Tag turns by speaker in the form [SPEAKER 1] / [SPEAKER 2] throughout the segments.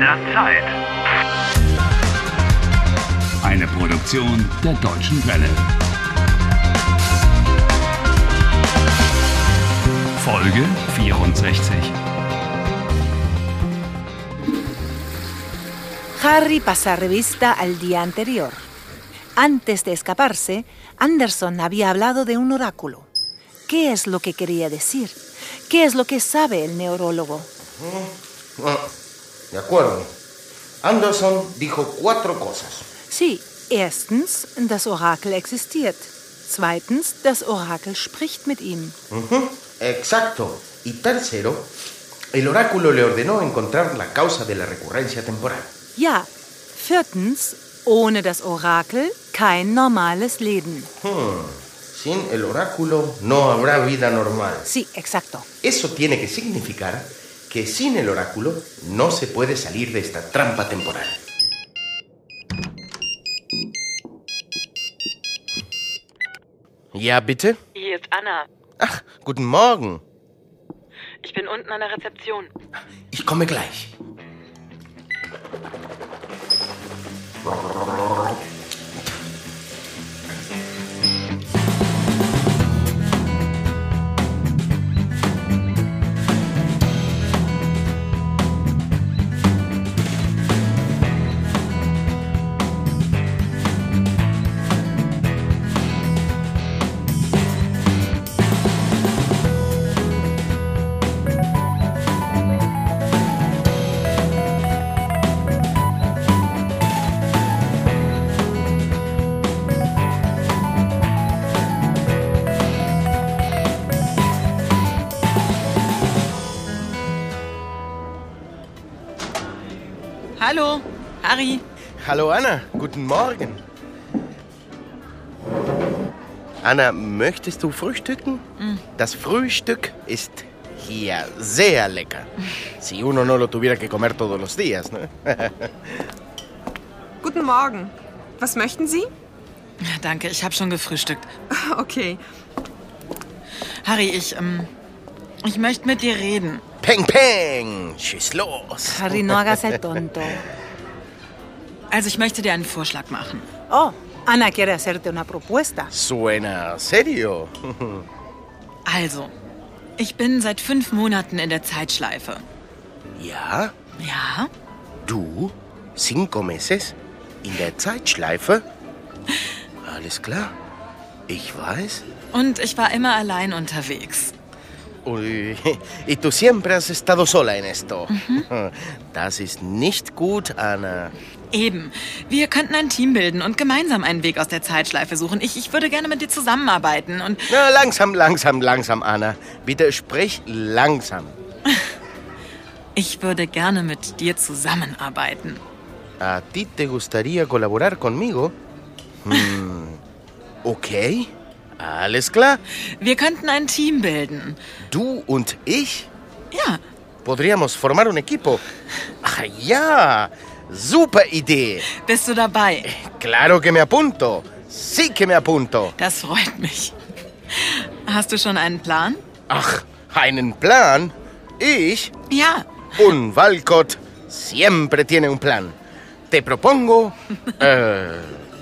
[SPEAKER 1] der Zeit.
[SPEAKER 2] Eine Produktion der Deutschen Welle. Folge 64.
[SPEAKER 3] Harry pasa revista al día anterior. Antes de escaparse, Anderson había hablado de un oráculo. ¿Qué es lo que quería decir? ¿Qué es lo que sabe el neurólogo?
[SPEAKER 4] De acuerdo. Anderson dijo cuatro cosas.
[SPEAKER 3] Sí, erstens, das Orakel existiert. Zweitens, das Orakel spricht mit ihm.
[SPEAKER 4] Ujú, Exacto. Y tercero, el oráculo le ordenó encontrar la causa de la recurrencia temporal.
[SPEAKER 3] Ja, viertens, ohne das Orakel kein normales Leben.
[SPEAKER 4] Sin el oráculo no habrá vida normal.
[SPEAKER 3] Sí, exacto.
[SPEAKER 4] Eso tiene que significar que sin el oráculo no se puede salir de esta trampa temporal. Ja, bitte.
[SPEAKER 5] Hier ist Anna.
[SPEAKER 4] Ach, guten Morgen.
[SPEAKER 5] Ich bin unten an der Rezeption.
[SPEAKER 4] Ich komme gleich.
[SPEAKER 6] Hallo, Harry.
[SPEAKER 4] Hallo Anna, guten Morgen. Anna, möchtest du frühstücken? Das Frühstück ist hier sehr lecker. Si uno no lo tuviera que comer todos los días, ¿no?
[SPEAKER 7] Guten Morgen. Was möchten Sie?
[SPEAKER 6] Danke, ich habe schon gefrühstückt.
[SPEAKER 7] Okay.
[SPEAKER 6] Harry, ich, ähm, ich möchte mit dir reden.
[SPEAKER 4] Peng, peng, schieß los.
[SPEAKER 3] Harry, no hagas el tonto.
[SPEAKER 6] Also ich möchte dir einen Vorschlag machen.
[SPEAKER 3] Oh, Ana quiere hacerte una propuesta.
[SPEAKER 4] Suena serio.
[SPEAKER 6] Also, ich bin seit fünf Monaten in der Zeitschleife.
[SPEAKER 4] Ja,
[SPEAKER 6] Ja?
[SPEAKER 4] du, cinco meses in der Zeitschleife. Alles klar. Ich weiß.
[SPEAKER 6] Und ich war immer allein unterwegs.
[SPEAKER 4] Ui, y tú siempre has estado sola en esto. Das ist nicht gut, Anna.
[SPEAKER 6] Eben. Wir könnten ein Team bilden und gemeinsam einen Weg aus der Zeitschleife suchen. Ich, ich würde gerne mit dir zusammenarbeiten und
[SPEAKER 4] Na, langsam, langsam, langsam, Anna. Bitte sprich langsam.
[SPEAKER 6] ich würde gerne mit dir zusammenarbeiten.
[SPEAKER 4] ¿A ti te gustaría colaborar conmigo? Hmm, okay. Alles klar.
[SPEAKER 6] Wir könnten ein Team bilden.
[SPEAKER 4] Du und ich
[SPEAKER 6] Ja,
[SPEAKER 4] podríamos formar un equipo. ¡Ah, ya! ¡Super idea!
[SPEAKER 6] bist du dabei?
[SPEAKER 4] Claro que me apunto. Sí que me apunto.
[SPEAKER 6] Das freut mich. Hast du schon einen Plan?
[SPEAKER 4] Ach, einen Plan. Ich
[SPEAKER 6] Ja,
[SPEAKER 4] Un Valcott siempre tiene un plan. Te propongo. eh,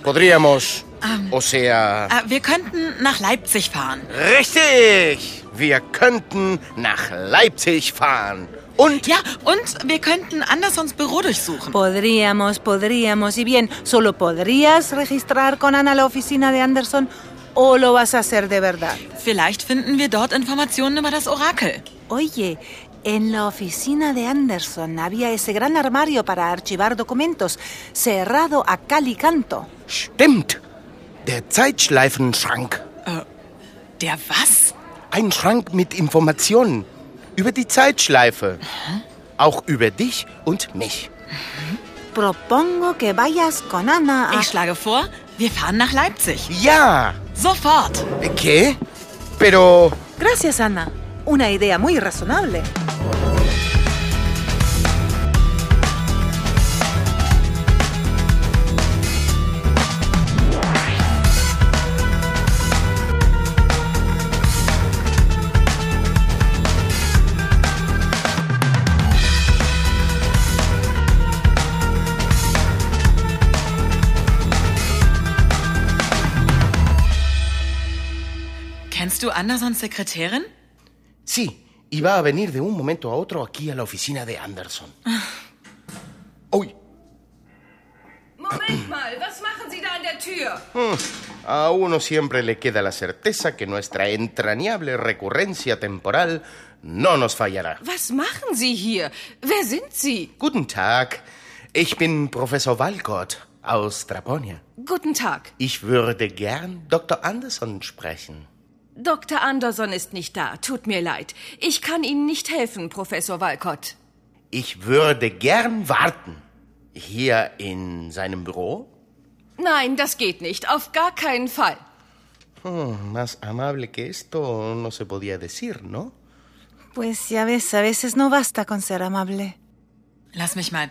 [SPEAKER 4] podríamos. o sea.
[SPEAKER 6] äh, wir könnten nach Leipzig fahren.
[SPEAKER 4] ¡Richtig! Wir könnten nach Leipzig fahren. Und.
[SPEAKER 6] Ja, und wir könnten Andersons Büro durchsuchen.
[SPEAKER 3] Podríamos, podríamos, y bien, solo podrías registrar con Ana la oficina de Anderson o lo vas a hacer de verdad.
[SPEAKER 6] Vielleicht finden wir dort Informationen über das Orakel.
[SPEAKER 3] Oye, en la oficina de Anderson había ese gran armario para archivar documentos, cerrado a cal y canto.
[SPEAKER 4] Stimmt! Der Zeitschleifenschrank.
[SPEAKER 6] Der was?
[SPEAKER 4] Ein Schrank mit Informationen. Über die Zeitschleife. Auch über dich und mich.
[SPEAKER 3] Propongo que vayas con Ana a...
[SPEAKER 6] Ich schlage vor, wir fahren nach Leipzig.
[SPEAKER 4] Ja!
[SPEAKER 6] Sofort.
[SPEAKER 4] ¿Qué? Pero.
[SPEAKER 3] Gracias, Ana. Una idea muy razonable.
[SPEAKER 6] Bist du Andersons Sekretärin?
[SPEAKER 4] Sí, y va a venir de un momento a otro aquí a la oficina de Anderson.
[SPEAKER 1] Ah.
[SPEAKER 4] Uy,
[SPEAKER 1] Moment mal, was machen Sie da an der Tür?
[SPEAKER 4] Mm, a uno siempre le queda la certeza que nuestra entrañable recurrencia temporal no nos fallará.
[SPEAKER 1] Was machen Sie hier? Wer sind Sie?
[SPEAKER 4] Guten Tag, ich bin Professor Walcott aus Draponia.
[SPEAKER 1] Guten Tag.
[SPEAKER 4] Ich würde gern Dr. Anderson sprechen.
[SPEAKER 1] Dr. Anderson ist nicht da. Tut mir leid. Ich kann Ihnen nicht helfen, Professor Walcott.
[SPEAKER 4] Ich würde gern warten. Hier in seinem Büro?
[SPEAKER 1] Nein, das geht nicht. Auf gar keinen Fall.
[SPEAKER 4] Mm, Más amable que esto no se podía decir, ¿no?
[SPEAKER 3] Pues ya ves, a veces no basta con ser amable.
[SPEAKER 6] Lass mich mal.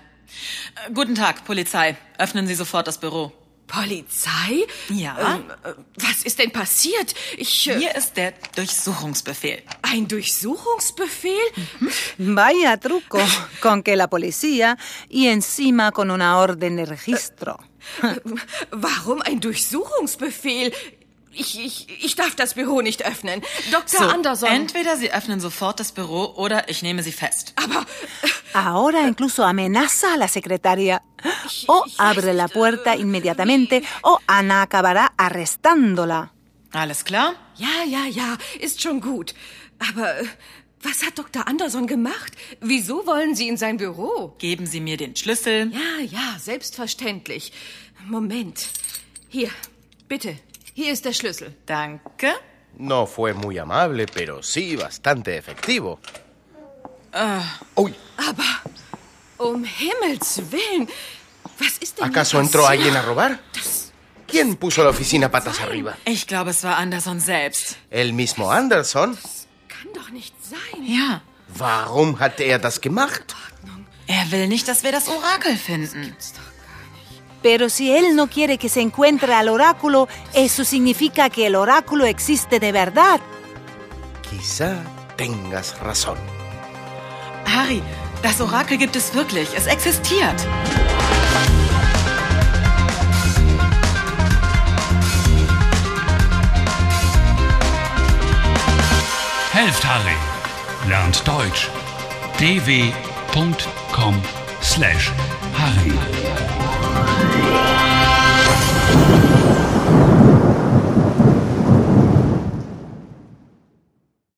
[SPEAKER 6] Äh, Guten Tag, Polizei. Öffnen Sie sofort das Büro.
[SPEAKER 1] Polizei?
[SPEAKER 6] Ja?
[SPEAKER 1] Ähm, äh, was ist denn passiert? Ich. Äh,
[SPEAKER 6] Hier ist der Durchsuchungsbefehl.
[SPEAKER 1] ein Durchsuchungsbefehl?
[SPEAKER 3] Vaya truco, con que la policía y encima con una orden de registro.
[SPEAKER 1] Warum ein Durchsuchungsbefehl? Ich, ich, ich darf das Büro nicht öffnen. Dr. Anderson.
[SPEAKER 6] entweder Sie öffnen sofort das Büro oder ich nehme Sie fest.
[SPEAKER 1] aber.
[SPEAKER 3] Ahora incluso amenaza a la secretaria. O abre la puerta inmediatamente o Ana acabará arrestándola.
[SPEAKER 6] Alles klar?
[SPEAKER 1] Ja, ja, ja, ist schon gut. Aber äh, was hat Dr. Anderson gemacht? Wieso wollen Sie in sein Büro?
[SPEAKER 6] Geben Sie mir den Schlüssel.
[SPEAKER 1] Ja, ja, selbstverständlich. Moment. Hier, bitte. Hier ist der Schlüssel.
[SPEAKER 6] Danke.
[SPEAKER 4] No fue muy amable, pero sí bastante efectivo. Uy,
[SPEAKER 1] Um Himmels Willen. Was ist denn
[SPEAKER 4] ¿acaso
[SPEAKER 1] hier
[SPEAKER 4] entró
[SPEAKER 1] passiert?
[SPEAKER 4] alguien a robar? ¿Quién puso la oficina patas arriba?
[SPEAKER 6] Ich glaube, es war Anderson selbst.
[SPEAKER 4] ¿El mismo Anderson?
[SPEAKER 1] Kann doch nicht sein.
[SPEAKER 6] Ja.
[SPEAKER 4] Warum hat er das gemacht?
[SPEAKER 6] Er will nicht, dass wir das Orakel finden.
[SPEAKER 3] Pero si él no quiere que se encuentre al oráculo, eso significa que el oráculo existe de verdad.
[SPEAKER 4] Quizá tengas razón.
[SPEAKER 6] Harry, das Orakel gibt es wirklich. Es existiert.
[SPEAKER 2] Helft Harry. Lernt Deutsch. dw.com/harry.